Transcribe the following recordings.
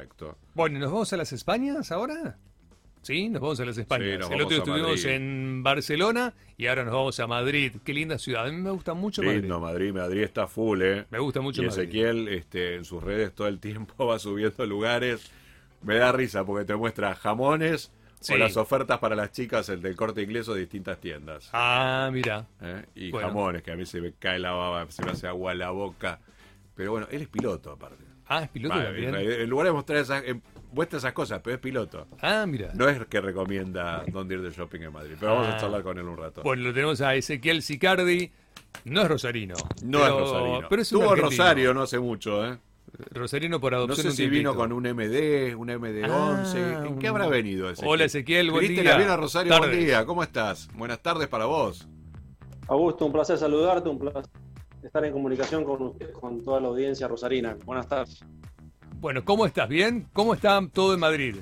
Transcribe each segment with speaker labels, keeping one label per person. Speaker 1: Perfecto.
Speaker 2: Bueno, ¿nos vamos a las Españas ahora? Sí, nos vamos a las Españas.
Speaker 1: nos
Speaker 2: El
Speaker 1: vamos
Speaker 2: otro
Speaker 1: a
Speaker 2: estuvimos
Speaker 1: Madrid.
Speaker 2: en Barcelona y ahora nos vamos a Madrid. Qué linda ciudad. A mí me gusta mucho Madrid.
Speaker 1: Lindo, Madrid. Madrid está full, ¿eh?
Speaker 2: Me gusta mucho
Speaker 1: Y
Speaker 2: Madrid.
Speaker 1: Ezequiel este, en sus redes todo el tiempo va subiendo lugares. Me da risa porque te muestra jamones
Speaker 2: Sí.
Speaker 1: o las ofertas para las chicas el del corte inglés o distintas tiendas.
Speaker 2: Ah, mira.
Speaker 1: ¿eh? Y
Speaker 2: Bueno.
Speaker 1: jamones, que a mí se me cae la baba, se me hace agua la boca. Pero bueno, él es piloto aparte.
Speaker 2: Ah, es piloto
Speaker 1: Va,
Speaker 2: también.
Speaker 1: en en lugar de mostrar esas, eh, muestra esas cosas, pero es piloto.
Speaker 2: Ah, mira.
Speaker 1: No es que recomienda dónde ir de shopping en Madrid, pero vamos
Speaker 2: Ah.
Speaker 1: a charlar con él un rato.
Speaker 2: Bueno, lo tenemos a Ezequiel Sicardi. No es rosarino.
Speaker 1: no
Speaker 2: pero-
Speaker 1: es Rosarino.
Speaker 2: Pero es un
Speaker 1: Estuvo en
Speaker 2: argentino.
Speaker 1: Rosario no hace mucho, ¿eh?
Speaker 2: Rosarino por
Speaker 1: No
Speaker 2: adopción.
Speaker 1: sé
Speaker 2: un
Speaker 1: si vino
Speaker 2: tiempito.
Speaker 1: con un MD, un MD11.
Speaker 2: Ah,
Speaker 1: ¿En
Speaker 2: un-
Speaker 1: qué habrá venido Ezequiel?
Speaker 2: Hola, Ezequiel, buen
Speaker 1: Cristian
Speaker 2: día.
Speaker 1: Avena Rosario,
Speaker 2: Tardes.
Speaker 1: buen día. ¿Cómo estás? Buenas tardes para vos.
Speaker 3: Augusto, un placer saludarte, un placer estar en comunicación con usted, con toda la audiencia rosarina. Buenas tardes.
Speaker 2: Bueno, ¿cómo estás? ¿Bien? ¿Cómo está todo en Madrid?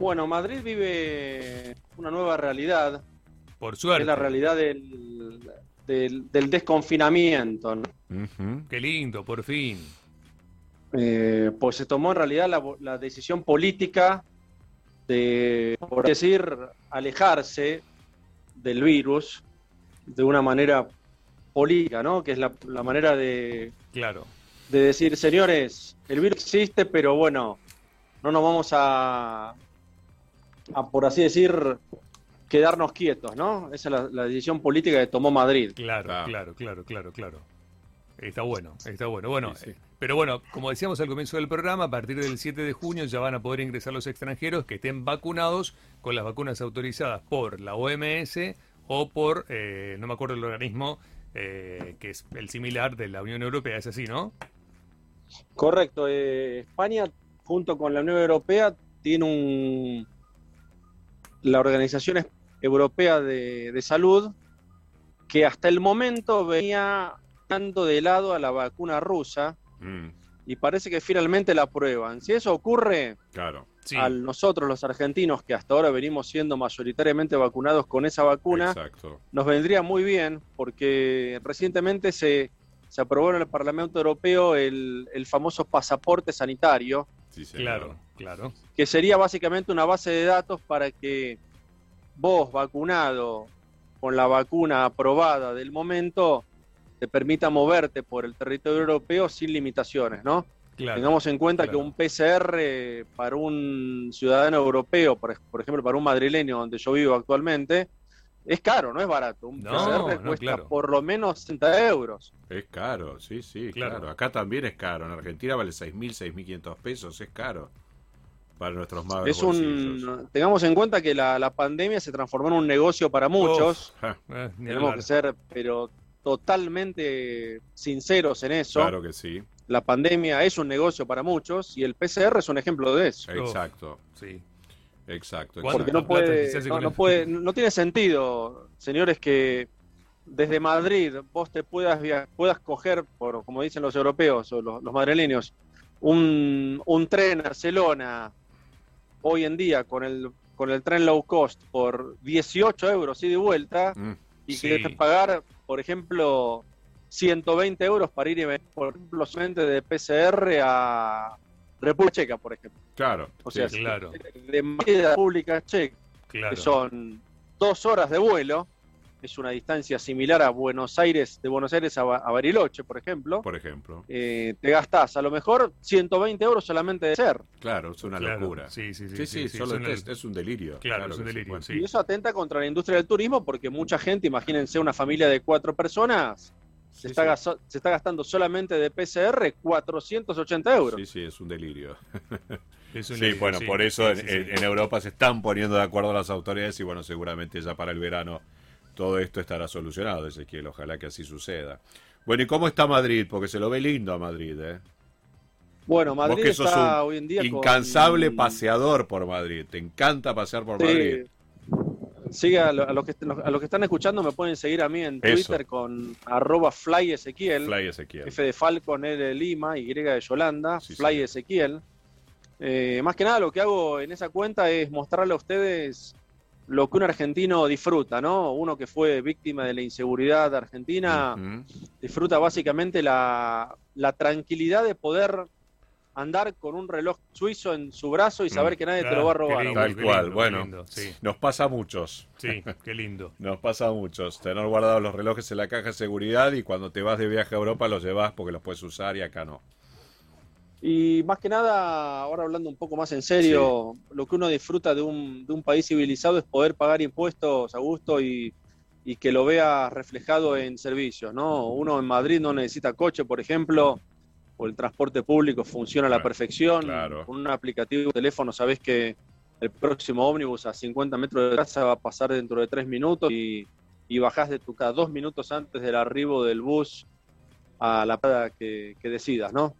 Speaker 3: Bueno, Madrid vive una nueva realidad,
Speaker 2: Por
Speaker 3: que es la
Speaker 2: suerte.
Speaker 3: realidad del, del- del desconfinamiento. ¿no?
Speaker 2: Qué lindo, por fin.
Speaker 3: Eh, pues se tomó en realidad la, la decisión política de, por así decir, alejarse del virus de una manera política, ¿no? Que es la- la manera de
Speaker 2: Claro.
Speaker 3: de decir, señores, el virus existe, pero bueno, no nos vamos a, a, por así decir, quedarnos quietos, ¿no? Esa es la, la decisión política que tomó Madrid.
Speaker 2: Claro,
Speaker 1: Claro.
Speaker 2: claro, claro, claro, claro. Está bueno, está bueno. Bueno,
Speaker 1: Sí, sí.
Speaker 2: eh, pero bueno, como decíamos al comienzo del programa, a partir del 7 de junio ya van a poder ingresar los extranjeros que estén vacunados con las vacunas autorizadas por la OMS o por, eh, no me acuerdo el organismo, eh, que es el similar de la Unión Europea, es así, ¿no?
Speaker 3: Correcto, eh, España junto con la Unión Europea tiene un... la Organización Es- Europea de, de Salud que hasta el momento venía dando de lado a la vacuna rusa
Speaker 1: Mm,
Speaker 3: y parece que finalmente la aprueban. Si eso ocurre,
Speaker 1: claro.
Speaker 2: Sí.
Speaker 3: a nosotros los argentinos que hasta ahora venimos siendo mayoritariamente vacunados con esa vacuna,
Speaker 1: Exacto.
Speaker 3: nos vendría muy bien porque recientemente se, se aprobó en el Parlamento Europeo el, el famoso pasaporte sanitario,
Speaker 1: Sí, señor.
Speaker 2: claro, claro.
Speaker 3: que sería básicamente una base de datos para que vos, vacunado, con la vacuna aprobada del momento, te permita moverte por el territorio europeo sin limitaciones, ¿no?
Speaker 2: Claro.
Speaker 3: Tengamos en cuenta
Speaker 2: claro.
Speaker 3: que un PCR eh, para un ciudadano europeo, por, ej- por ejemplo, para un madrileño donde yo vivo actualmente, es caro, no es barato. Un
Speaker 2: No,
Speaker 3: PCR
Speaker 2: no,
Speaker 3: cuesta
Speaker 2: claro.
Speaker 3: por lo menos 60 euros.
Speaker 1: Es caro, sí, sí,
Speaker 2: Claro.
Speaker 1: claro. Acá también es caro. En Argentina vale 6.000, 6.500 pesos. Es caro para nuestros
Speaker 2: Ah,
Speaker 1: magros
Speaker 3: es un,
Speaker 1: bolsillos.
Speaker 3: Tengamos en cuenta que la, la pandemia se transformó en un negocio para muchos.
Speaker 1: Ja,
Speaker 2: Eh, ni
Speaker 3: Tenemos
Speaker 2: hablar.
Speaker 3: que ser, pero totalmente sinceros en eso.
Speaker 1: claro que sí.
Speaker 3: La pandemia es un negocio para muchos y el PCR es un ejemplo de eso.
Speaker 1: Exacto,
Speaker 2: Sí.
Speaker 1: exacto.
Speaker 2: ¿Cuándo?
Speaker 3: Porque
Speaker 1: exacto.
Speaker 2: Plata,
Speaker 3: no puede,
Speaker 2: quizás,
Speaker 3: no,
Speaker 2: con
Speaker 3: no
Speaker 2: el-
Speaker 3: puede, no tiene sentido, señores, que desde Madrid vos te puedas via- puedas coger, por como dicen los europeos o los, los madrileños, un, un tren a Barcelona hoy en día con el con el tren low cost por 18 euros ida y de vuelta
Speaker 1: Mm,
Speaker 3: y
Speaker 2: Sí.
Speaker 3: querés pagar, por ejemplo, 120 euros para ir y venir, por ejemplo, solamente de PCR a República Checa, por ejemplo.
Speaker 1: claro.
Speaker 3: O
Speaker 1: sí,
Speaker 3: sea,
Speaker 1: sí.
Speaker 2: Claro,
Speaker 3: De Madrid a República Checa
Speaker 2: claro.
Speaker 3: que son dos horas de vuelo, es una distancia similar a Buenos Aires, de Buenos Aires a, Ba- a Bariloche, por ejemplo,
Speaker 1: por ejemplo.
Speaker 3: eh, te gastás a lo mejor 120 euros solamente de ser.
Speaker 1: Claro, es una
Speaker 2: Claro.
Speaker 1: locura.
Speaker 2: Sí, sí, sí.
Speaker 1: Sí, sí, solo
Speaker 2: son
Speaker 1: el test es un delirio.
Speaker 2: Claro, es un
Speaker 1: que sí,
Speaker 2: delirio,
Speaker 1: bueno.
Speaker 2: sí.
Speaker 3: Y eso atenta contra la industria del turismo porque mucha gente, imagínense una familia de cuatro personas,
Speaker 1: Sí,
Speaker 3: se, está
Speaker 1: sí.
Speaker 3: gaso- se está gastando solamente de PCR 480 euros.
Speaker 1: Sí, sí, es un delirio.
Speaker 2: es un
Speaker 1: Sí,
Speaker 2: delirio,
Speaker 1: bueno,
Speaker 2: sí.
Speaker 1: por eso en,
Speaker 2: Sí, sí, sí.
Speaker 1: en- en Europa se están poniendo de acuerdo las autoridades y bueno, seguramente ya para el verano todo esto estará solucionado, Ezequiel. Ojalá que así suceda. Bueno, ¿y cómo está Madrid? Porque se lo ve lindo a Madrid, ¿eh?
Speaker 3: Bueno,
Speaker 1: Vos
Speaker 3: Madrid
Speaker 1: que sos
Speaker 3: está
Speaker 1: un
Speaker 3: hoy en día con-
Speaker 1: Incansable paseador por Madrid. Te encanta pasear por
Speaker 3: Sí.
Speaker 1: Madrid.
Speaker 3: Sí, a, lo- a los que, a los que están escuchando me pueden seguir a mí en
Speaker 1: Eso.
Speaker 3: Twitter con arroba flyezequiel,
Speaker 1: Fly Ezequiel.
Speaker 3: F de Falcon, L de Lima, Y de Yolanda,
Speaker 1: Sí,
Speaker 3: Fly
Speaker 1: señor.
Speaker 3: Ezequiel. Eh, más que nada lo que hago en esa cuenta es mostrarle a ustedes lo que un argentino disfruta, ¿no? Uno que fue víctima de la inseguridad argentina
Speaker 1: Ujú.
Speaker 3: disfruta básicamente la, la tranquilidad de poder andar con un reloj suizo en su brazo y
Speaker 1: Mm.
Speaker 3: saber que nadie te
Speaker 2: Ah,
Speaker 3: lo va a
Speaker 2: qué
Speaker 3: robar.
Speaker 2: lindo,
Speaker 1: Tal
Speaker 2: qué
Speaker 1: cual,
Speaker 2: lindo, qué
Speaker 1: bueno.
Speaker 2: lindo, sí.
Speaker 1: Nos pasa a muchos.
Speaker 2: Sí, qué lindo.
Speaker 1: Nos pasa a muchos. Tener guardados los relojes en la caja de seguridad y cuando te vas de viaje a Europa los llevas porque los puedes usar y acá no.
Speaker 3: Y más que nada, ahora hablando un poco más en serio, lo que uno disfruta de un, de un país civilizado es poder pagar impuestos a gusto y, y que lo vea reflejado en servicios, ¿no? Uno en Madrid no necesita coche, por ejemplo, o el transporte público funciona a la
Speaker 1: Claro,
Speaker 3: perfección.
Speaker 1: claro.
Speaker 3: Con un aplicativo de teléfono sabés que el próximo ómnibus a 50 metros de casa va a pasar dentro de tres minutos y, y bajás de tu casa dos minutos antes del arribo del bus a la parada que, que decidas, ¿no?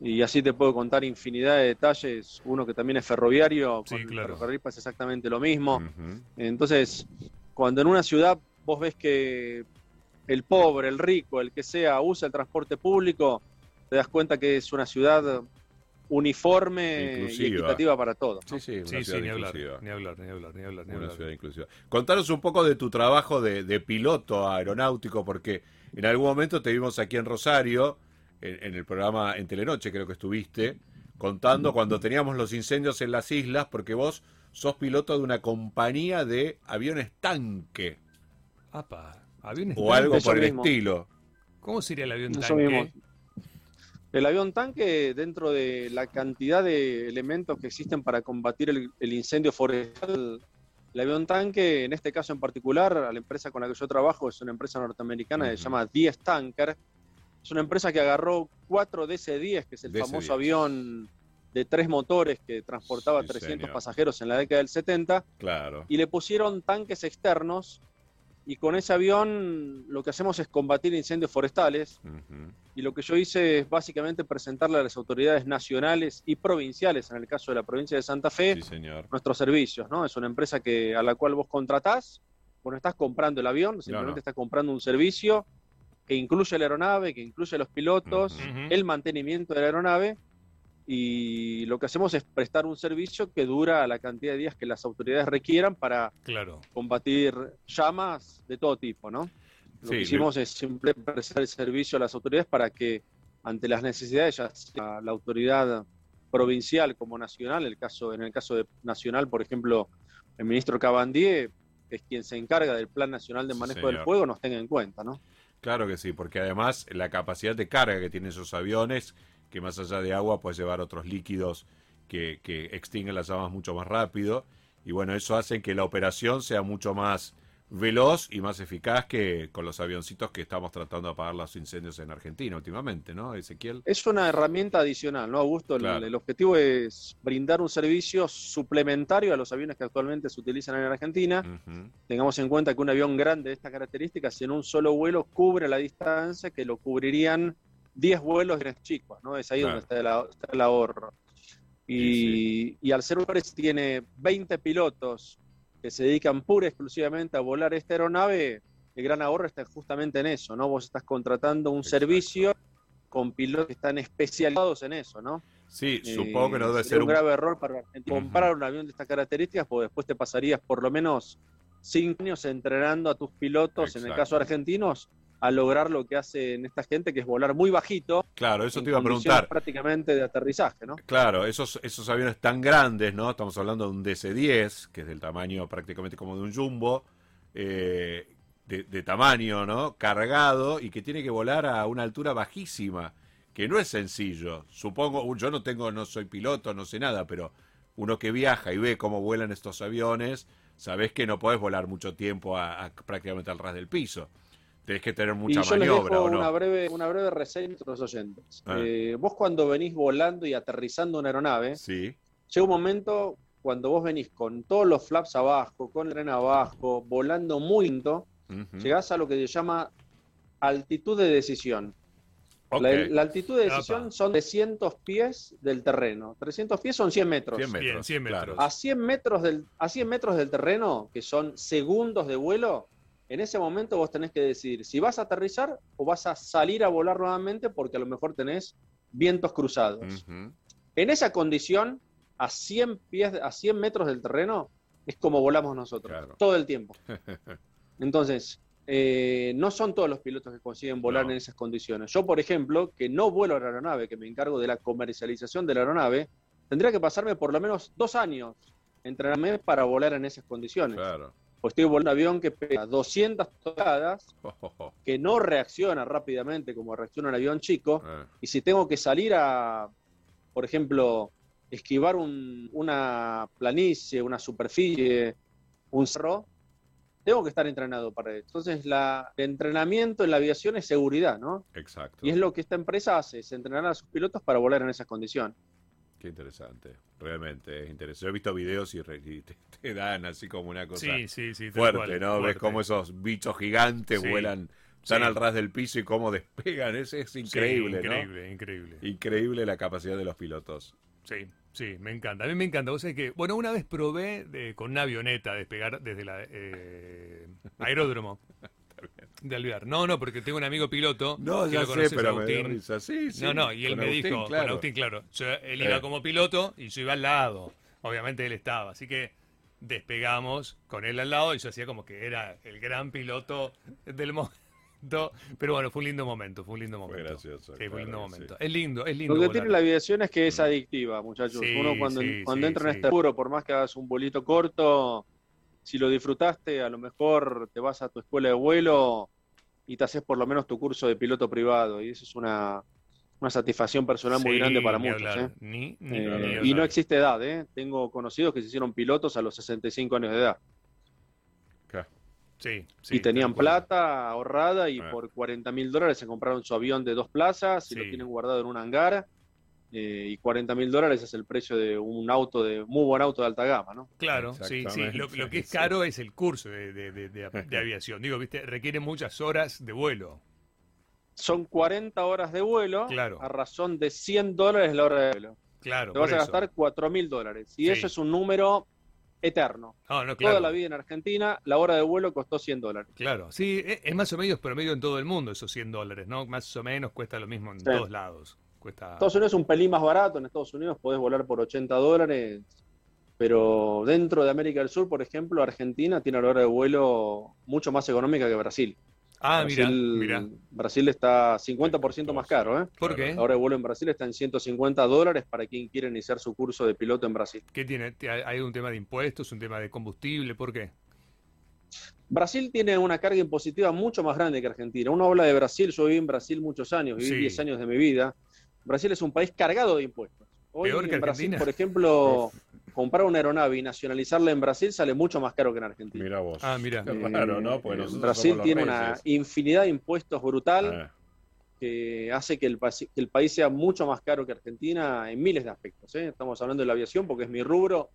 Speaker 3: Y así te puedo contar infinidad de detalles. Uno que también es ferroviario,
Speaker 2: Sí,
Speaker 3: con el
Speaker 2: claro.
Speaker 3: ferrocarril pasa exactamente lo mismo.
Speaker 1: Ujú.
Speaker 3: Entonces, cuando en una ciudad vos ves que el pobre, el rico, el que sea, usa el transporte público, te das cuenta que es una ciudad uniforme
Speaker 1: Inclusiva.
Speaker 3: y equitativa para todos.
Speaker 1: Sí, sí, una
Speaker 2: Sí, sí,
Speaker 1: ciudad
Speaker 2: ni hablar,
Speaker 1: inclusiva.
Speaker 2: ni hablar, ni hablar, ni hablar, ni
Speaker 1: Una
Speaker 2: hablar.
Speaker 1: ciudad inclusiva. Contanos un poco de tu trabajo de, de piloto aeronáutico, porque en algún momento te vimos aquí en Rosario, en, en el programa en Telenoche creo que estuviste, contando cuando teníamos los incendios en las islas, porque vos sos piloto de una compañía de aviones tanque
Speaker 2: Apa, aviones
Speaker 1: o
Speaker 2: tan-
Speaker 1: algo
Speaker 3: Eso
Speaker 1: por el
Speaker 3: mismo.
Speaker 1: estilo.
Speaker 2: ¿Cómo sería el avión
Speaker 3: Eso
Speaker 2: tanque?
Speaker 3: mismo. El avión tanque, dentro de la cantidad de elementos que existen para combatir el, el incendio forestal, el avión tanque, en este caso en particular, a la empresa con la que yo trabajo, es una empresa norteamericana que
Speaker 1: Ujú.
Speaker 3: se llama 10 Tanker. Es una empresa que agarró 4 DC-10, que es el
Speaker 1: DC-10.
Speaker 3: famoso avión de tres motores que transportaba
Speaker 1: Sí,
Speaker 3: 300
Speaker 1: señor.
Speaker 3: pasajeros en la década del 70,
Speaker 1: Claro.
Speaker 3: y le pusieron tanques externos. Y con ese avión lo que hacemos es combatir incendios forestales,
Speaker 1: Ujú.
Speaker 3: y lo que yo hice es básicamente presentarle a las autoridades nacionales y provinciales, en el caso de la provincia de Santa Fe,
Speaker 1: Sí, señor.
Speaker 3: nuestros servicios, ¿no? Es una empresa que, a la cual vos contratás, vos no estás comprando el avión, simplemente
Speaker 1: no.
Speaker 3: estás comprando un servicio que incluye la aeronave, que incluye los pilotos,
Speaker 1: Ujú.
Speaker 2: Ujú.
Speaker 3: el mantenimiento de la aeronave, y lo que hacemos es prestar un servicio que dura la cantidad de días que las autoridades requieran para
Speaker 2: Claro.
Speaker 3: combatir llamas de todo tipo, ¿no? Lo
Speaker 1: Sí,
Speaker 3: que hicimos es simplemente prestar el servicio a las autoridades para que, ante las necesidades, ya sea la autoridad provincial como nacional, el caso, en el caso de nacional, por ejemplo, el ministro Cabandier, que es quien se encarga del Plan Nacional de
Speaker 1: Sí,
Speaker 3: Manejo del
Speaker 1: señor.
Speaker 3: Fuego, nos tenga en cuenta, ¿no?
Speaker 1: Claro que sí, porque además la capacidad de carga que tienen esos aviones, que más allá de agua puede llevar otros líquidos que, que extinguen las llamas mucho más rápido, y bueno, eso hace que la operación sea mucho más veloz y más eficaz que con los avioncitos que estamos tratando de apagar los incendios en Argentina últimamente, ¿no, Ezequiel?
Speaker 3: Es una herramienta adicional, ¿no, Augusto? El-
Speaker 1: Claro.
Speaker 3: El, objetivo es brindar un servicio suplementario a los aviones que actualmente se utilizan en Argentina.
Speaker 1: Ujú.
Speaker 3: Tengamos en cuenta que un avión grande de estas características, en un solo vuelo, cubre la distancia que lo cubrirían 10 vuelos de aviones chicos, ¿no? Es ahí
Speaker 1: Claro.
Speaker 3: donde está el, ahor- está el ahorro. Y, y al ser un Ares tiene 20 pilotos que se dedican pura y exclusivamente a volar esta aeronave, el gran ahorro está justamente en eso, ¿no? Vos estás contratando un
Speaker 1: Exacto.
Speaker 3: servicio con pilotos que están especializados en eso, ¿no?
Speaker 1: Sí,
Speaker 3: Eh,
Speaker 1: supongo que no debe
Speaker 3: sería
Speaker 1: ser
Speaker 3: un
Speaker 1: un...
Speaker 3: grave error para Argentina
Speaker 1: Ujú.
Speaker 3: comprar un avión de estas características, porque después te pasarías por lo menos cinco años entrenando a tus pilotos, en el
Speaker 1: Exacto.
Speaker 3: caso argentinos, a lograr lo que hacen esta gente, que es volar muy bajito.
Speaker 1: Claro, eso
Speaker 3: en
Speaker 1: te iba a
Speaker 3: condiciones
Speaker 1: preguntar.
Speaker 3: Prácticamente de aterrizaje, ¿no?
Speaker 1: Claro, esos, esos aviones tan grandes, ¿no? Estamos hablando de un DC-10, que es del tamaño prácticamente como de un jumbo, eh, de, de tamaño, ¿no? Cargado y que tiene que volar a una altura bajísima, que no es sencillo. Supongo, yo no tengo, no soy piloto, no sé nada, pero uno que viaja y ve cómo vuelan estos aviones, sabes que no podés volar mucho tiempo a, a prácticamente al ras del piso. Tenés que tener mucha
Speaker 3: y yo les
Speaker 1: maniobra,
Speaker 3: dejo
Speaker 1: ¿o no?
Speaker 3: una, breve, una breve reseña a nuestros oyentes.
Speaker 1: Ah.
Speaker 3: Eh, vos cuando venís volando y aterrizando una aeronave,
Speaker 1: Sí,
Speaker 3: llega un momento cuando vos venís con todos los flaps abajo, con el tren abajo, volando muy lento,
Speaker 1: ujú,
Speaker 3: llegás a lo que se llama altitud de decisión.
Speaker 1: ok,
Speaker 3: La, la altitud de
Speaker 2: Apa.
Speaker 3: decisión son 300 pies del terreno. 300 pies son 100 metros.
Speaker 1: 100 metros,
Speaker 2: Bien, 100
Speaker 1: claro.
Speaker 2: metros.
Speaker 3: A, 100 metros Ah. del, a 100 metros del terreno, que son segundos de vuelo, en ese momento vos tenés que decidir si vas a aterrizar o vas a salir a volar nuevamente porque a lo mejor tenés vientos cruzados.
Speaker 1: ujú.
Speaker 3: En esa condición, a 100, pies, a 100 metros del terreno, es como volamos nosotros,
Speaker 1: Claro.
Speaker 3: todo el tiempo. Entonces, eh, no son todos los pilotos que consiguen volar
Speaker 1: No.
Speaker 3: en esas condiciones. Yo, por ejemplo, que no vuelo la aeronave, que me encargo de la comercialización de la aeronave, tendría que pasarme por lo menos dos años entrenarme para volar en esas condiciones.
Speaker 1: Claro.
Speaker 3: Pues estoy volando un avión que pesa 200 toneladas,
Speaker 1: Jo, jo, jo.
Speaker 3: que no reacciona rápidamente como reacciona un avión chico,
Speaker 1: Eh,
Speaker 3: y si tengo que salir a, por ejemplo, esquivar un- una planicie, una superficie, un cerro, tengo que estar entrenado para eso. Entonces, la, el entrenamiento en la aviación es seguridad, ¿no?
Speaker 1: exacto.
Speaker 3: Y es lo que esta empresa hace, es entrenar a sus pilotos para volar en esas condiciones.
Speaker 1: Qué interesante. Realmente es interesante. Yo he visto videos y, re- y te, te dan así como una cosa
Speaker 2: Sí, sí, sí. tal
Speaker 1: fuerte,
Speaker 2: cual,
Speaker 1: ¿no? Ves
Speaker 2: fuerte.
Speaker 1: cómo esos bichos gigantes
Speaker 2: Sí,
Speaker 1: vuelan tan
Speaker 2: sí.
Speaker 1: al ras del piso y cómo despegan. Es, es
Speaker 2: Sí,
Speaker 1: increíble, ¿no?
Speaker 2: Increíble, increíble.
Speaker 1: Increíble la capacidad de los pilotos.
Speaker 2: Sí, sí, me encanta. A mí me encanta. Vos sabés que, bueno, una vez probé de- con una avioneta despegar desde la eh, aeródromo de Alvear. No, no, porque tengo un amigo piloto.
Speaker 1: No,
Speaker 2: que
Speaker 1: ya
Speaker 2: lo
Speaker 1: sé,
Speaker 2: conoces,
Speaker 1: pero me dio
Speaker 2: Agustín.
Speaker 1: risa. Sí, sí.
Speaker 2: No, no, y él
Speaker 1: con
Speaker 2: me
Speaker 1: Agustín,
Speaker 2: dijo,
Speaker 1: claro.
Speaker 2: con Agustín, claro. Yo- él
Speaker 1: Eh.
Speaker 2: iba como piloto y yo iba al lado. Obviamente él estaba, así que despegamos con él al lado y yo hacía como que era el gran piloto del momento. Pero bueno, fue un lindo momento, fue un lindo momento.
Speaker 1: gracioso,
Speaker 2: Sí, fue
Speaker 1: claro
Speaker 2: un lindo
Speaker 1: que
Speaker 2: momento. Es lindo, es lindo.
Speaker 3: Lo que
Speaker 2: volar.
Speaker 3: tiene la aviación es que es
Speaker 2: Mm.
Speaker 3: adictiva, muchachos.
Speaker 2: Sí,
Speaker 3: Uno cuando,
Speaker 2: sí, sí,
Speaker 3: cuando entra en
Speaker 2: sí.
Speaker 3: este apuro, por más que hagas un bolito corto, si lo disfrutaste, a lo mejor te vas a tu escuela de vuelo y te haces por lo menos tu curso de piloto privado. Y eso es una, una satisfacción personal muy
Speaker 2: Sí,
Speaker 3: grande para
Speaker 2: ni
Speaker 3: muchos.
Speaker 2: hablar,
Speaker 3: ¿eh?
Speaker 2: Ni, ni, ni
Speaker 3: Eh, y
Speaker 2: hablar.
Speaker 3: no existe edad, ¿eh? Tengo conocidos que se hicieron pilotos a los 65 años de edad.
Speaker 1: Claro.
Speaker 2: Sí, sí,
Speaker 3: y tenían
Speaker 2: tal cual.
Speaker 3: plata ahorrada y
Speaker 1: Ah.
Speaker 3: por 40 mil dólares se compraron su avión de dos plazas y lo
Speaker 2: Sí.
Speaker 3: tienen guardado en un hangar. eh, y 40 mil dólares es el precio de un auto, de muy buen auto de alta gama, ¿no?
Speaker 2: Claro, sí, sí. Lo, lo que es caro es el curso de, de- de- de- de aviación. Digo, viste, requiere muchas horas de vuelo.
Speaker 3: Son 40 horas de vuelo
Speaker 2: Claro.
Speaker 3: a razón de 100 dólares la hora de vuelo.
Speaker 2: Claro.
Speaker 3: Te vas
Speaker 2: por
Speaker 3: a
Speaker 2: eso.
Speaker 3: gastar 4 mil dólares. Y
Speaker 2: Sí.
Speaker 3: eso es un número eterno.
Speaker 2: No, no, claro.
Speaker 3: Toda la vida en Argentina, la hora de vuelo costó 100 dólares.
Speaker 2: Claro. Sí, e- es más o menos promedio en todo el mundo esos 100 dólares, ¿no? Más o menos cuesta lo mismo en
Speaker 3: Sí.
Speaker 2: todos lados. Cuesta.
Speaker 3: Estados Unidos es un pelín más barato, en Estados Unidos podés volar por 80 dólares, pero dentro de América del Sur, por ejemplo, Argentina tiene la hora de vuelo mucho más económica que Brasil.
Speaker 2: Ah, mira,
Speaker 3: Brasil,
Speaker 2: mira.
Speaker 3: Brasil está 50% más caro, ¿eh?
Speaker 2: ¿Por qué?
Speaker 1: Claro.
Speaker 3: La hora de vuelo en Brasil está en 150 dólares para quien quiere iniciar su curso de piloto en Brasil.
Speaker 2: ¿Qué tiene? ¿Te- ¿Hay un tema de impuestos, un tema de combustible? ¿Por qué?
Speaker 3: Brasil tiene una carga impositiva mucho más grande que Argentina. Uno habla de Brasil, yo viví en Brasil muchos años, viví
Speaker 2: Sí.
Speaker 3: 10 años de mi vida. Brasil es un país cargado de impuestos. Hoy
Speaker 2: Peor que
Speaker 3: en Brasil,
Speaker 2: Argentina.
Speaker 3: por ejemplo, comprar una aeronave y nacionalizarla en Brasil sale mucho más caro que en Argentina.
Speaker 1: Mira vos.
Speaker 2: Ah, mira.
Speaker 1: Qué raro, ¿no?
Speaker 3: Eh,
Speaker 1: Porque nosotros
Speaker 3: Brasil
Speaker 1: somos los
Speaker 3: tiene una
Speaker 1: reyes.
Speaker 3: infinidad de impuestos brutal
Speaker 1: Ah,
Speaker 3: que hace que el, pasi- que el país sea mucho más caro que Argentina en miles de aspectos. ¿eh? Estamos hablando de la aviación porque es mi rubro,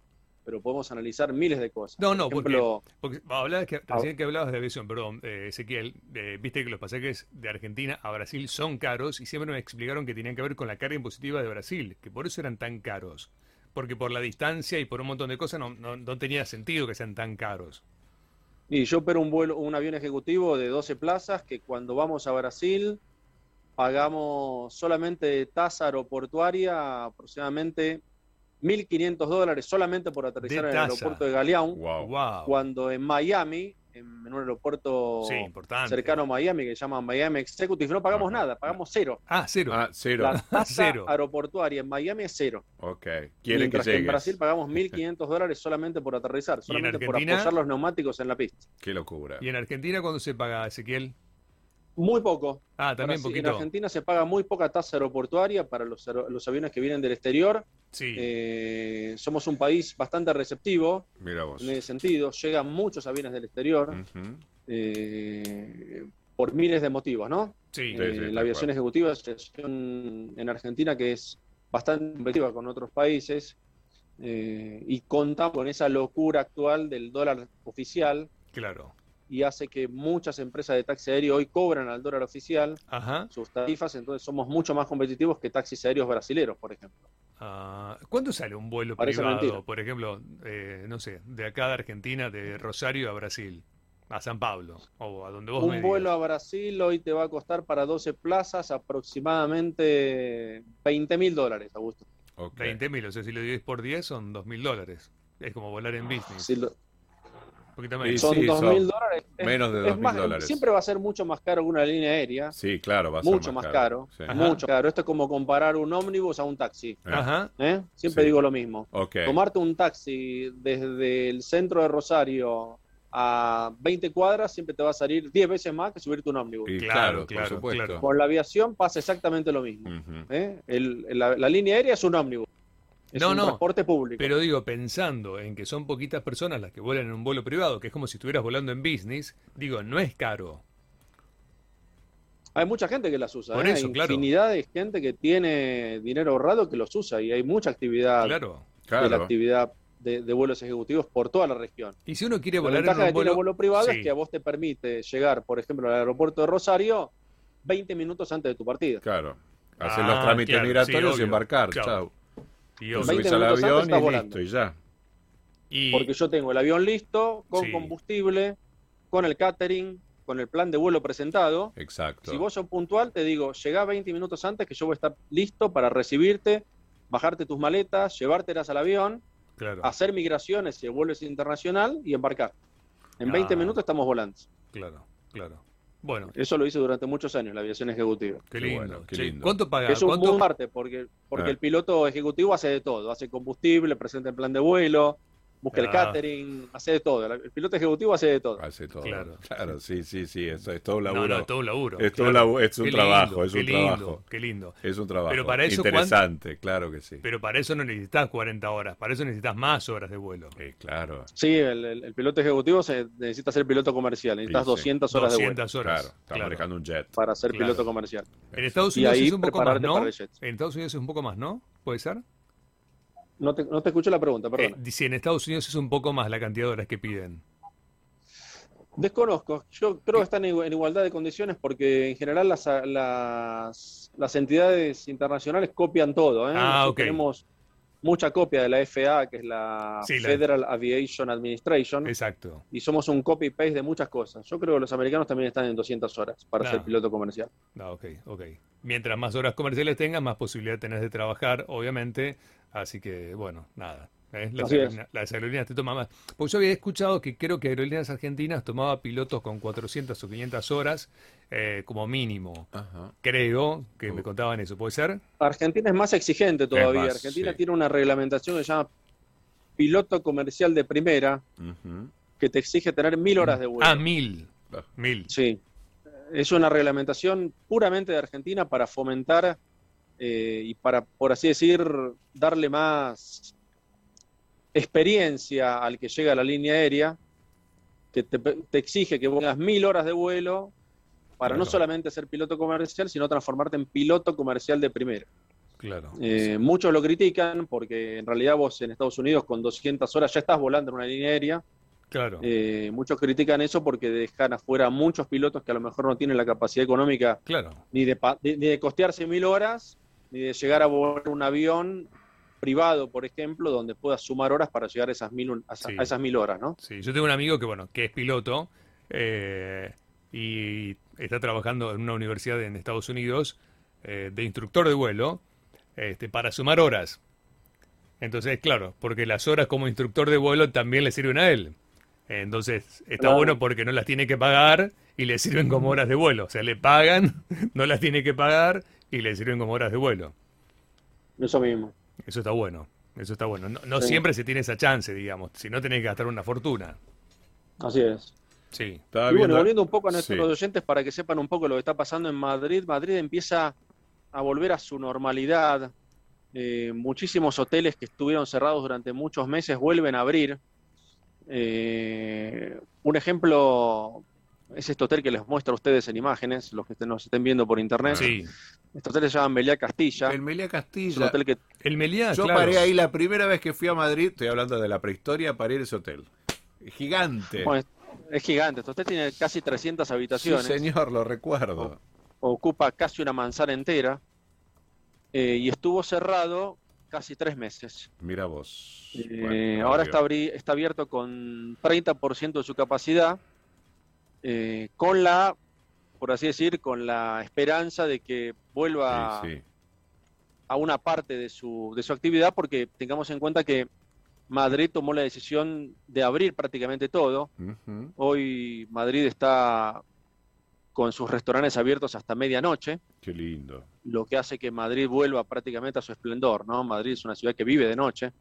Speaker 3: pero podemos analizar miles de cosas.
Speaker 2: No, no,
Speaker 3: por
Speaker 2: porque-
Speaker 3: ejemplo,
Speaker 2: Porque ah, hablabas que,
Speaker 3: Ah.
Speaker 2: recién que hablabas de aviación, perdón, eh, Ezequiel, eh, viste que los pasajes de Argentina a Brasil son caros y siempre me explicaron que tenían que ver con la carga impositiva de Brasil, que por eso eran tan caros. Porque por la distancia y por un montón de cosas no, no, no tenía sentido que sean tan caros.
Speaker 3: Y yo pero un vuelo, un avión ejecutivo de 12 plazas que cuando vamos a Brasil pagamos solamente de tasa aeroportuaria aproximadamente 1.500 dólares solamente por aterrizar
Speaker 2: De
Speaker 3: en el
Speaker 2: tasa.
Speaker 3: aeropuerto de Galeão,
Speaker 1: wow.
Speaker 2: Wow.
Speaker 3: cuando en Miami, en, en un aeropuerto
Speaker 2: Sí, importante.
Speaker 3: cercano a Miami que se llama Miami Executive, no pagamos
Speaker 1: Ajá.
Speaker 3: nada, pagamos cero.
Speaker 2: Ah, cero.
Speaker 1: Ah, cero.
Speaker 3: La tasa
Speaker 2: Cero.
Speaker 3: aeroportuaria en Miami es cero.
Speaker 1: Ok. Quieren que
Speaker 3: Mientras en
Speaker 1: llegues.
Speaker 3: Brasil pagamos 1.500 dólares solamente por aterrizar, solamente por
Speaker 2: Argentina?
Speaker 3: apoyar los neumáticos en la pista.
Speaker 1: Qué locura.
Speaker 2: ¿Y en Argentina cuándo se paga, Ezequiel?
Speaker 3: Muy poco,
Speaker 2: Ah, también
Speaker 3: Brasil- En
Speaker 2: poquito.
Speaker 3: Argentina se paga muy poca tasa aeroportuaria para los, aero- los aviones que vienen del exterior.
Speaker 2: Sí.
Speaker 3: Eh, somos un país bastante receptivo
Speaker 1: Mira vos.
Speaker 3: en ese sentido. Llegan muchos aviones del
Speaker 2: Mm.
Speaker 3: exterior
Speaker 1: Ujú.
Speaker 3: eh, por miles de motivos, ¿no?
Speaker 2: sí.
Speaker 1: sí,
Speaker 3: Eh,
Speaker 1: tal
Speaker 3: la aviación
Speaker 1: cual.
Speaker 3: ejecutiva es una aviación en Argentina que es bastante competitiva con otros países eh, y contamos con esa locura actual del dólar oficial
Speaker 2: Claro.
Speaker 3: y hace que muchas empresas de taxi aéreo hoy cobran al dólar oficial
Speaker 2: Ajá.
Speaker 3: sus tarifas, entonces somos mucho más competitivos que taxis aéreos brasileros, por ejemplo.
Speaker 2: Ah, ¿Cuánto sale un vuelo
Speaker 3: Parece
Speaker 2: privado,
Speaker 3: mentira.
Speaker 2: por ejemplo, eh, no sé, de acá de Argentina, de Rosario a Brasil, a San Pablo, o a donde vos me
Speaker 3: Un
Speaker 2: digas?
Speaker 3: vuelo a Brasil hoy te va a costar para 12 plazas aproximadamente 20 mil dólares, Augusto.
Speaker 1: Ok.
Speaker 3: Ah,
Speaker 2: Mm. 20 mil, o sea, si lo dividís por 10 son 2 mil dólares. Es como volar en business.
Speaker 3: Si lo-
Speaker 2: poquito menos.
Speaker 1: Sí,
Speaker 3: son
Speaker 1: sí,
Speaker 3: 2.000
Speaker 1: son
Speaker 3: dólares. Es-
Speaker 1: menos de
Speaker 3: es
Speaker 1: 2.000
Speaker 3: más-
Speaker 1: dólares.
Speaker 3: Siempre va a ser mucho más caro que una línea aérea.
Speaker 1: Sí, claro, va a
Speaker 3: mucho
Speaker 1: ser
Speaker 3: más
Speaker 1: más
Speaker 3: caro.
Speaker 1: Sí.
Speaker 2: Ajá.
Speaker 3: Mucho caro. Esto es como comparar un ómnibus a un taxi.
Speaker 1: Ah,
Speaker 2: Ajá.
Speaker 3: ¿eh? Siempre
Speaker 1: Sí.
Speaker 3: digo lo mismo.
Speaker 1: Ok.
Speaker 3: Tomarte un taxi desde el centro de Rosario a 20 cuadras siempre te va a salir 10 veces más que subirte un ómnibus.
Speaker 1: Y claro,
Speaker 2: Claro, claro,
Speaker 1: por supuesto.
Speaker 2: claro.
Speaker 3: Con la aviación pasa exactamente lo mismo.
Speaker 1: Ujú.
Speaker 3: ¿eh? El- la, la línea aérea es un ómnibus. Es
Speaker 2: No,
Speaker 3: un
Speaker 2: no.
Speaker 3: transporte público.
Speaker 2: Pero digo, pensando en que son poquitas personas las que vuelan en un vuelo privado, que es como si estuvieras volando en business, digo, no es caro.
Speaker 3: Hay mucha gente que las usa.
Speaker 2: Por
Speaker 3: ¿eh?
Speaker 2: eso,
Speaker 3: hay
Speaker 2: claro.
Speaker 3: infinidad de gente que tiene dinero ahorrado que los usa y hay mucha actividad
Speaker 2: Claro.
Speaker 3: de la
Speaker 1: Claro.
Speaker 3: actividad de, de vuelos ejecutivos por toda la región.
Speaker 2: Y si uno quiere
Speaker 3: La
Speaker 2: volar
Speaker 3: ventaja
Speaker 2: en
Speaker 3: que
Speaker 2: un
Speaker 3: tiene
Speaker 2: vuelo,
Speaker 3: el vuelo privado
Speaker 2: Sí.
Speaker 3: es que a vos te permite llegar, por ejemplo, al aeropuerto de Rosario 20 minutos antes de tu partida.
Speaker 1: Claro. Hacer
Speaker 2: Ah,
Speaker 1: los trámites
Speaker 2: claro,
Speaker 1: migratorios
Speaker 2: sí,
Speaker 1: y
Speaker 2: obvio.
Speaker 1: embarcar.
Speaker 2: Chao.
Speaker 1: Chao.
Speaker 2: y,
Speaker 1: Te
Speaker 3: Veinte
Speaker 1: subís al
Speaker 3: minutos antes
Speaker 1: avión y
Speaker 3: estás volando.
Speaker 1: listo, y ya.
Speaker 2: y-
Speaker 3: Porque yo tengo el avión listo, con
Speaker 2: Sí.
Speaker 3: combustible, con el catering, con el plan de vuelo presentado.
Speaker 1: Exacto.
Speaker 3: Si vos sos puntual, te digo, llegá 20 minutos antes que yo voy a estar listo para recibirte, bajarte tus maletas, llevártelas al avión,
Speaker 2: claro,
Speaker 3: hacer migraciones si el vuelo es internacional y embarcar. En
Speaker 2: Ah.
Speaker 3: 20 minutos estamos volando.
Speaker 2: claro, claro. Bueno,
Speaker 3: Eso lo hice durante muchos años, la aviación ejecutiva.
Speaker 1: Qué
Speaker 2: qué lindo.
Speaker 1: bueno, qué
Speaker 2: Che,
Speaker 1: lindo.
Speaker 2: ¿Cuánto paga?
Speaker 3: Que es un
Speaker 2: ¿Cuánto- Eh.
Speaker 3: boom arte, porque, porque
Speaker 1: Ah.
Speaker 3: el piloto ejecutivo hace de todo. Hace combustible, presenta el plan de vuelo, busca el
Speaker 2: Ah.
Speaker 3: catering, hace de todo. El piloto ejecutivo hace de todo.
Speaker 1: Hace todo.
Speaker 2: Claro.
Speaker 1: Claro. sí, sí, sí. Eso es todo un
Speaker 2: No,
Speaker 1: laburo.
Speaker 2: no, todo un laburo.
Speaker 1: es, todo
Speaker 2: claro.
Speaker 1: un labu- es un
Speaker 2: Qué lindo,
Speaker 1: trabajo, es
Speaker 2: qué
Speaker 1: un
Speaker 2: lindo,
Speaker 1: trabajo.
Speaker 2: Qué lindo.
Speaker 1: Es un trabajo.
Speaker 2: Pero para eso, ¿cuánto-
Speaker 1: Interesante, claro que sí.
Speaker 2: Pero para eso no necesitas 40 horas, para eso necesitas más horas de vuelo.
Speaker 1: Eh, claro,
Speaker 3: Sí, el, el- el piloto ejecutivo se, necesita ser piloto comercial. Necesitas
Speaker 1: Sí, sí.
Speaker 3: 200 horas de vuelo
Speaker 2: 200 horas.
Speaker 1: claro. Está manejando un jet.
Speaker 3: para ser
Speaker 2: Claro.
Speaker 3: piloto comercial.
Speaker 2: En Estados
Speaker 3: Y
Speaker 2: Unidos
Speaker 3: ahí
Speaker 2: es un poco más,
Speaker 3: prepararte
Speaker 2: ¿no?
Speaker 3: para el jet.
Speaker 2: En Estados Unidos es un poco más, ¿no? ¿Puede ser?
Speaker 3: No te, no te escucho la pregunta,
Speaker 2: Eh,
Speaker 3: perdón.
Speaker 2: dice, en Estados Unidos es un poco más la cantidad de horas que piden.
Speaker 3: Desconozco. Yo creo que están en igu- en igualdad de condiciones porque en general las, a- las, las entidades internacionales copian todo. ¿eh?
Speaker 2: Ah,
Speaker 3: Nosotros
Speaker 2: ok.
Speaker 3: Tenemos mucha copia de la FAA, que es la
Speaker 2: Sí, la-
Speaker 3: Federal Aviation Administration,
Speaker 2: Exacto.
Speaker 3: y somos un copy-paste de muchas cosas. Yo creo que los americanos también están en 200 horas para
Speaker 2: Claro.
Speaker 3: ser piloto comercial.
Speaker 2: Ah, ok, ok. Mientras más horas comerciales tengas, más posibilidad tenés de trabajar, obviamente. Así que, bueno, nada. ¿eh? Las,
Speaker 3: Así es.
Speaker 2: aerolíneas, las aerolíneas te toman más. Porque yo había escuchado que creo que Aerolíneas Argentinas tomaba pilotos con 400 o 500 horas eh, como mínimo.
Speaker 1: Ajá.
Speaker 2: Creo que me
Speaker 1: Uh.
Speaker 2: contaban eso. ¿Puede ser?
Speaker 3: Argentina es más exigente todavía.
Speaker 1: más,
Speaker 3: Argentina
Speaker 1: sí.
Speaker 3: tiene una reglamentación que se llama piloto comercial de primera,
Speaker 1: Ujú.
Speaker 3: que te exige tener mil horas de vuelo.
Speaker 2: Ah, mil.
Speaker 1: Ah.
Speaker 2: Mil.
Speaker 3: Sí, es una reglamentación puramente de Argentina para fomentar eh, y para, por así decir, darle más experiencia al que llega a la línea aérea, que te, te exige que pongas mil horas de vuelo para no
Speaker 1: Claro.
Speaker 3: solamente ser piloto comercial, sino transformarte en piloto comercial de primera.
Speaker 2: Claro.
Speaker 3: Eh, Muchos lo critican porque en realidad vos en Estados Unidos con 200 horas ya estás volando en una línea aérea.
Speaker 2: Claro.
Speaker 3: Eh, muchos critican eso porque dejan afuera a muchos pilotos que a lo mejor no tienen la capacidad económica
Speaker 2: Claro.
Speaker 3: ni de, pa- ni- ni de costearse mil horas, ni de llegar a volar un avión privado, por ejemplo, donde puedas sumar horas para llegar a esas mil, un- a, esa-
Speaker 2: Sí.
Speaker 3: a esas mil horas, ¿no?
Speaker 2: Sí, yo tengo un amigo que, bueno, que es piloto eh, y está trabajando en una universidad en Estados Unidos eh, de instructor de vuelo este, para sumar horas. Entonces, claro, porque las horas como instructor de vuelo también le sirven a él. Entonces, está
Speaker 3: Claro.
Speaker 2: bueno porque no las tiene que pagar y le sirven como horas de vuelo. O sea, le pagan, no las tiene que pagar y le sirven como horas de vuelo.
Speaker 3: Eso mismo.
Speaker 2: Eso está bueno. Eso está bueno. No, no
Speaker 3: Sí.
Speaker 2: siempre se tiene esa chance, digamos. Si no, tenés que gastar una fortuna.
Speaker 3: Así es.
Speaker 2: Sí.
Speaker 1: Estaba
Speaker 3: Y bueno,
Speaker 1: viendo-
Speaker 3: volviendo un poco a nuestros
Speaker 1: Sí.
Speaker 3: oyentes para que sepan un poco lo que está pasando en Madrid. Madrid empieza a volver a su normalidad. Eh, muchísimos hoteles que estuvieron cerrados durante muchos meses vuelven a abrir. Eh, un ejemplo es este hotel que les muestro a ustedes en imágenes, los que estén- nos estén viendo por internet.
Speaker 2: Sí.
Speaker 3: Este hotel se llama Meliá Castilla.
Speaker 1: El Meliá
Speaker 3: Es un
Speaker 1: Castilla. Ah,
Speaker 3: hotel que
Speaker 2: El Meliá,
Speaker 1: Yo
Speaker 2: claro.
Speaker 1: paré ahí la primera vez que fui a Madrid, estoy hablando de la prehistoria, paré en ese hotel. Gigante.
Speaker 3: bueno, es gigante. Este hotel tiene casi 300
Speaker 1: sí,
Speaker 3: habitaciones.
Speaker 1: señor, lo recuerdo.
Speaker 3: ocupa casi una manzana entera eh, y estuvo cerrado casi tres meses.
Speaker 1: Mira vos.
Speaker 3: Eh,
Speaker 1: Bueno,
Speaker 3: ahora
Speaker 1: obvio.
Speaker 3: está, abri- está abierto con 30% de su capacidad, eh, con la, por así decir, con la esperanza de que vuelva
Speaker 1: Sí, sí.
Speaker 3: a una parte de su, de su actividad, porque tengamos en cuenta que Madrid tomó la decisión de abrir prácticamente todo.
Speaker 1: Ujú.
Speaker 3: Hoy Madrid está con sus restaurantes abiertos hasta medianoche,
Speaker 1: Qué lindo.
Speaker 3: lo que hace que Madrid vuelva prácticamente a su esplendor, ¿no? Madrid es una ciudad que vive de noche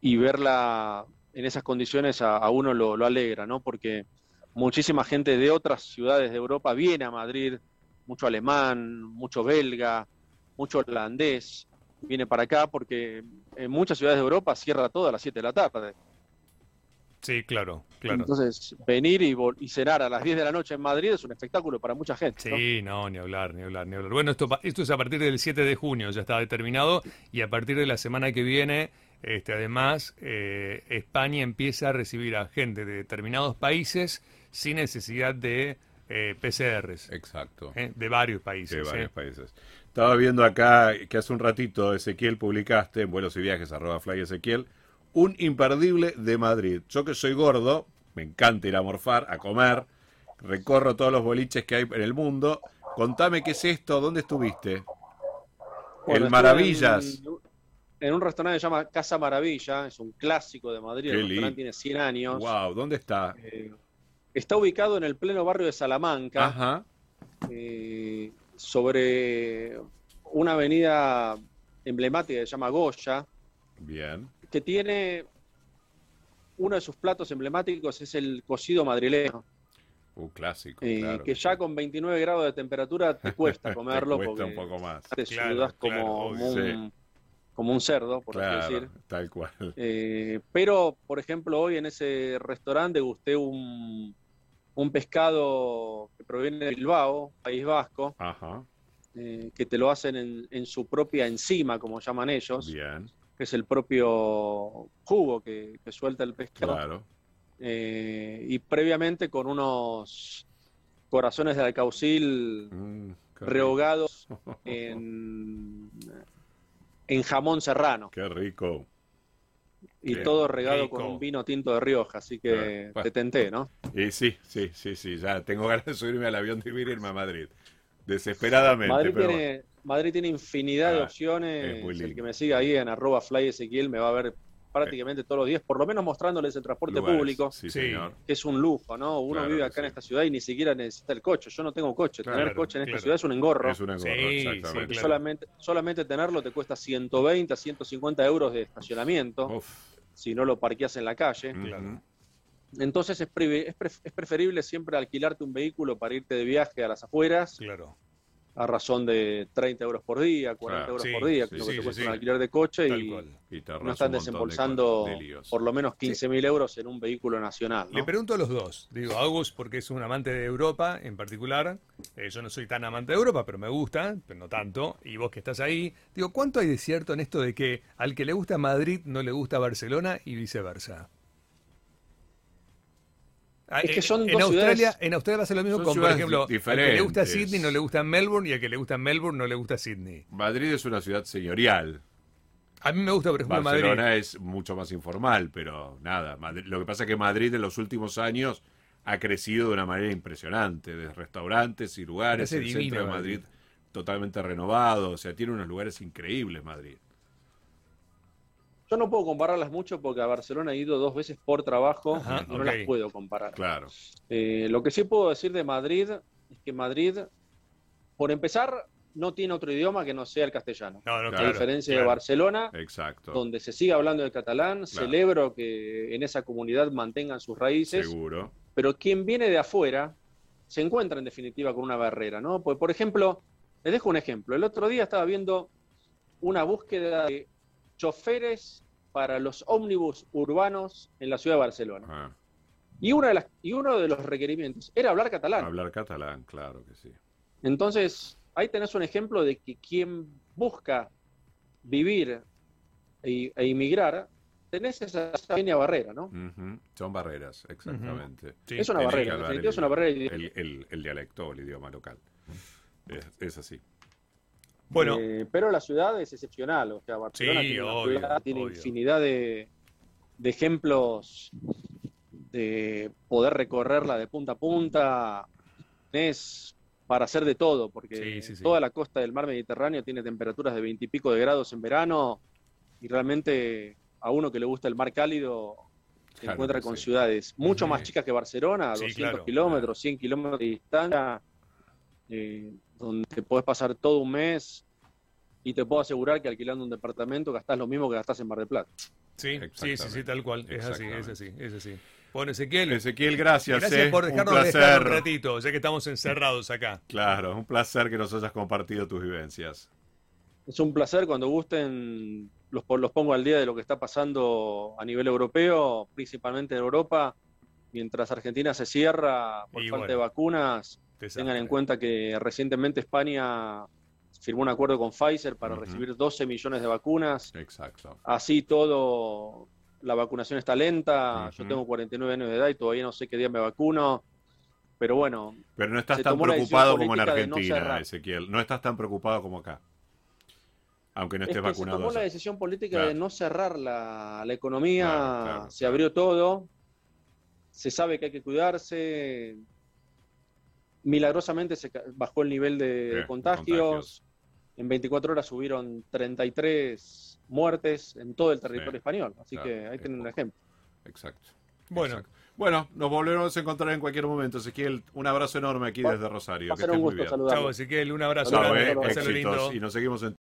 Speaker 3: y verla en esas condiciones a, a uno lo, lo alegra, ¿no? Porque muchísima gente de otras ciudades de Europa viene a Madrid, mucho alemán, mucho belga, mucho holandés, viene para acá porque en muchas ciudades de Europa cierra todo a las 7 de la tarde.
Speaker 2: Sí, claro, claro.
Speaker 3: Entonces, venir y, vol- y cenar a las 10 de la noche en Madrid es un espectáculo para mucha gente. ¿no?
Speaker 2: Sí, no, ni hablar, ni hablar, ni hablar. Bueno, esto, pa- esto es a partir del 7 de junio, ya está determinado, y a partir de la semana que viene, este, además, eh, España empieza a recibir a gente de determinados países sin necesidad de eh, PCRs,
Speaker 1: Exacto.
Speaker 2: ¿eh? de varios países.
Speaker 1: De
Speaker 2: ¿eh?
Speaker 1: varios países. Estaba viendo acá que hace un ratito, Ezequiel, publicaste en vuelos y viajes, arroba fly Ezequiel, un imperdible de Madrid. Yo que soy gordo, me encanta ir a morfar, a comer, recorro todos los boliches que hay en el mundo. Contame qué es esto, dónde estuviste.
Speaker 3: Bueno,
Speaker 1: el
Speaker 3: estuve
Speaker 1: Maravillas.
Speaker 3: En, en un restaurante que se llama Casa Maravilla, es un clásico de Madrid,
Speaker 1: Qué
Speaker 3: el
Speaker 1: lindo.
Speaker 3: restaurante tiene 100 años.
Speaker 1: Wow, ¿dónde está?
Speaker 3: Eh, está ubicado en el pleno barrio de Salamanca,
Speaker 1: Ajá.
Speaker 3: eh, sobre una avenida emblemática que se llama Goya,
Speaker 1: Bien.
Speaker 3: que tiene uno de sus platos emblemáticos es el cocido madrileño,
Speaker 1: Un clásico,
Speaker 3: eh,
Speaker 1: claro.
Speaker 3: que ya con 29 grados de temperatura te cuesta
Speaker 1: Te
Speaker 3: comerlo
Speaker 1: cuesta
Speaker 3: porque
Speaker 1: un poco más.
Speaker 3: te
Speaker 2: Claro,
Speaker 3: sudas
Speaker 2: claro,
Speaker 3: como,
Speaker 2: obvio,
Speaker 3: un, como un cerdo, por así decir.
Speaker 1: Claro, tal cual.
Speaker 3: Eh, pero, por ejemplo, hoy en ese restaurante gusté un, un pescado que proviene de Bilbao, País Vasco,
Speaker 1: Ajá.
Speaker 3: eh, que te lo hacen en, en su propia enzima, como llaman ellos,
Speaker 1: Bien,
Speaker 3: que es el propio jugo que, que suelta el pescado.
Speaker 1: claro.
Speaker 3: Eh, y previamente con unos corazones de alcaucil
Speaker 1: Mm, qué rico.
Speaker 3: rehogados en, en jamón serrano.
Speaker 1: Qué rico.
Speaker 3: Y
Speaker 1: Qué
Speaker 3: todo regado con
Speaker 2: rico.
Speaker 3: un vino tinto de Rioja, así que
Speaker 1: Claro, bueno.
Speaker 3: te tenté, ¿no?
Speaker 1: Y sí, sí, sí, sí, ya tengo ganas de subirme al avión de ir irme a Madrid. Desesperadamente,
Speaker 3: Madrid
Speaker 1: pero
Speaker 3: tiene, Madrid tiene infinidad de
Speaker 1: Ah, es
Speaker 3: opciones.
Speaker 1: muy lindo.
Speaker 3: El que me siga ahí en arroba fly Ezequiel me va a ver prácticamente todos los días, por lo menos mostrándoles el transporte
Speaker 1: bueno, lugares.
Speaker 3: público,
Speaker 1: Sí,
Speaker 2: Sí.
Speaker 1: señor.
Speaker 3: que es un lujo, ¿no? Uno
Speaker 1: Claro
Speaker 3: vive
Speaker 1: que
Speaker 3: acá en
Speaker 1: sí.
Speaker 3: esta ciudad y ni siquiera necesita el coche. Yo no tengo coche.
Speaker 1: Claro,
Speaker 3: Tener coche en esta
Speaker 2: claro.
Speaker 3: ciudad es un engorro.
Speaker 1: Es un engorro,
Speaker 2: Sí, sí,
Speaker 1: exactamente.
Speaker 2: claro.
Speaker 3: solamente, solamente tenerlo te cuesta 120, 150 euros de estacionamiento,
Speaker 1: Uf,
Speaker 3: si no lo parqueas en la calle.
Speaker 1: mm,
Speaker 2: Claro.
Speaker 1: mm.
Speaker 3: Entonces es, preve- es pref- es preferible siempre alquilarte un vehículo para irte de viaje a las afueras,
Speaker 2: Claro.
Speaker 3: a razón de 30 euros por día, 40
Speaker 1: Claro,
Speaker 3: euros
Speaker 2: sí,
Speaker 3: por día,
Speaker 1: sí,
Speaker 3: que es lo
Speaker 1: sí,
Speaker 3: que
Speaker 1: sí,
Speaker 3: te cuesta
Speaker 2: sí.
Speaker 3: un alquiler de coche
Speaker 2: Tal
Speaker 3: y
Speaker 2: cual.
Speaker 1: Y te ahorras
Speaker 3: no están
Speaker 1: un montón de
Speaker 3: desembolsando
Speaker 1: cosas, de líos.
Speaker 3: por lo menos 15 mil euros en un vehículo nacional.
Speaker 2: Le
Speaker 3: ¿no?
Speaker 2: pregunto a los dos, digo, a Agus porque es un amante de Europa en particular, eh, yo no soy tan amante de Europa, pero me gusta, pero no tanto, y vos que estás ahí, digo, ¿cuánto hay de cierto en esto de que al que le gusta Madrid no le gusta Barcelona y viceversa? Ah,
Speaker 3: Es que
Speaker 2: eh,
Speaker 3: son
Speaker 2: en
Speaker 3: dos
Speaker 2: Australia,
Speaker 3: ciudades-
Speaker 2: en Australia pasa lo mismo
Speaker 1: Son
Speaker 2: con, por
Speaker 1: ciudades
Speaker 2: ejemplo, al que le
Speaker 1: diferentes.
Speaker 2: gusta Sydney no le gusta Melbourne y al que le gusta Melbourne no le gusta Sydney.
Speaker 1: Madrid es una ciudad señorial.
Speaker 2: A mí me gusta, por ejemplo,
Speaker 1: Barcelona
Speaker 2: Madrid.
Speaker 1: es mucho más informal, pero nada. Madrid- lo que pasa es que Madrid en los últimos años ha crecido de una manera impresionante, de restaurantes y lugares.
Speaker 2: Parece
Speaker 1: El centro
Speaker 2: divino
Speaker 1: de Madrid,
Speaker 2: Madrid.
Speaker 1: totalmente renovado, o sea, tiene unos lugares increíbles Madrid.
Speaker 3: Yo no puedo compararlas mucho porque a Barcelona he ido dos veces por trabajo
Speaker 2: Ajá,
Speaker 3: y no
Speaker 2: ok.
Speaker 3: las puedo comparar.
Speaker 1: Claro.
Speaker 3: Eh, lo que sí puedo decir de Madrid es que Madrid, por empezar, no tiene otro idioma que no sea el castellano.
Speaker 2: No, no,
Speaker 1: A
Speaker 2: claro,
Speaker 3: a diferencia
Speaker 2: claro.
Speaker 3: de Barcelona,
Speaker 1: Exacto.
Speaker 3: donde se sigue hablando el catalán,
Speaker 1: Claro.
Speaker 3: celebro que en esa comunidad mantengan sus raíces,
Speaker 1: Seguro.
Speaker 3: pero quien viene de afuera se encuentra en definitiva con una barrera, ¿no? Pues, Por, por ejemplo, les dejo un ejemplo. El otro día estaba viendo una búsqueda de choferes para los ómnibus urbanos en la ciudad de Barcelona.
Speaker 1: Ajá.
Speaker 3: Y, una de las, y uno de los requerimientos era hablar catalán.
Speaker 1: Hablar catalán, claro que sí.
Speaker 3: Entonces, ahí tenés un ejemplo de que quien busca vivir e, e inmigrar, tenés esa, esa pequeña barrera, ¿no?
Speaker 1: Ujú. Son barreras, exactamente.
Speaker 2: Sí.
Speaker 3: Es una
Speaker 1: tenés que
Speaker 3: barrera, en
Speaker 1: hablar
Speaker 3: definitiva
Speaker 1: el
Speaker 3: es una barrera. de idioma.
Speaker 1: El, el- el dialecto, el idioma local. Es, es así.
Speaker 2: Bueno,
Speaker 3: Eh, pero la ciudad es excepcional, o sea, Barcelona
Speaker 2: Sí,
Speaker 3: tiene, una
Speaker 2: obvio,
Speaker 3: ciudad, tiene
Speaker 2: obvio.
Speaker 3: infinidad de, de ejemplos de poder recorrerla de punta a punta, es para hacer de todo, porque
Speaker 2: Sí, sí, sí.
Speaker 3: toda la costa del mar Mediterráneo tiene temperaturas de 20 y pico de grados en verano, y realmente a uno que le gusta el mar cálido se
Speaker 1: Claro
Speaker 3: encuentra
Speaker 1: que
Speaker 3: con
Speaker 1: sí.
Speaker 3: ciudades mucho
Speaker 1: Sí.
Speaker 3: más chicas que Barcelona,
Speaker 2: Sí,
Speaker 3: 200
Speaker 2: claro,
Speaker 3: kilómetros,
Speaker 2: claro.
Speaker 3: 100 kilómetros de distancia, eh, donde te podés pasar todo un mes y te puedo asegurar que alquilando un departamento gastás lo mismo que gastás en Mar del Plata.
Speaker 2: Sí, sí, sí, sí,
Speaker 1: Exactamente.
Speaker 2: tal cual. Es así, es
Speaker 1: Exactamente.
Speaker 2: así, es así. Bueno, Ezequiel,
Speaker 1: Ezequiel, gracias.
Speaker 2: gracias
Speaker 1: eh.
Speaker 2: por
Speaker 1: un
Speaker 2: dejarnos
Speaker 1: placer.
Speaker 2: descansar un ratito, ya que estamos encerrados acá.
Speaker 1: Claro, un placer que nos hayas compartido tus vivencias.
Speaker 3: Es un placer cuando gusten, los, po- los pongo al día de lo que está pasando a nivel europeo, principalmente en Europa, mientras Argentina se cierra por
Speaker 2: Y
Speaker 3: falta de
Speaker 2: bueno.
Speaker 3: vacunas.
Speaker 2: Desastre.
Speaker 3: Tengan en cuenta que recientemente España firmó un acuerdo con Pfizer para
Speaker 1: Ujú.
Speaker 3: recibir 12 millones de vacunas.
Speaker 1: Exacto.
Speaker 3: Así todo, la vacunación está lenta. Yo
Speaker 1: Ujú.
Speaker 3: tengo 49 años de edad y todavía no sé qué día me vacuno. Pero bueno,
Speaker 1: Pero no estás
Speaker 3: Se
Speaker 1: tan
Speaker 3: tomó la
Speaker 1: preocupado
Speaker 3: decisión
Speaker 1: como en
Speaker 3: política de no
Speaker 1: Argentina,
Speaker 3: cerrar.
Speaker 1: Ezequiel. No estás tan preocupado como acá. Aunque no
Speaker 3: es
Speaker 1: estés
Speaker 3: que se
Speaker 1: vacunado.
Speaker 3: tomó la
Speaker 1: allá.
Speaker 3: decisión política de
Speaker 1: Claro.
Speaker 3: no cerrar la, la economía,
Speaker 1: Claro, claro,
Speaker 3: se abrió todo, se sabe que hay que cuidarse. Milagrosamente se ca- bajó el nivel de, de
Speaker 1: Bien, de
Speaker 3: contagios.
Speaker 1: contagios.
Speaker 3: En 24 horas subieron 33 muertes en todo el territorio
Speaker 1: Sí,
Speaker 3: español. Así
Speaker 1: claro,
Speaker 3: que ahí
Speaker 1: es
Speaker 3: tienen un
Speaker 1: poco.
Speaker 3: ejemplo.
Speaker 1: Exacto.
Speaker 2: Bueno,
Speaker 1: Exacto. Bueno, nos volveremos a encontrar en cualquier momento. Ezequiel, un abrazo enorme aquí desde Rosario.
Speaker 3: Va a
Speaker 1: Que
Speaker 3: ser
Speaker 1: estés
Speaker 3: un
Speaker 1: muy
Speaker 3: gusto
Speaker 1: bien.
Speaker 3: saludarlos.
Speaker 2: chao Ezequiel, un abrazo
Speaker 1: Chao,
Speaker 3: Saludos,
Speaker 2: grande,
Speaker 1: eh.
Speaker 3: saludos.
Speaker 2: pásalo
Speaker 1: éxitos.
Speaker 2: lindo.
Speaker 1: Y nos seguimos en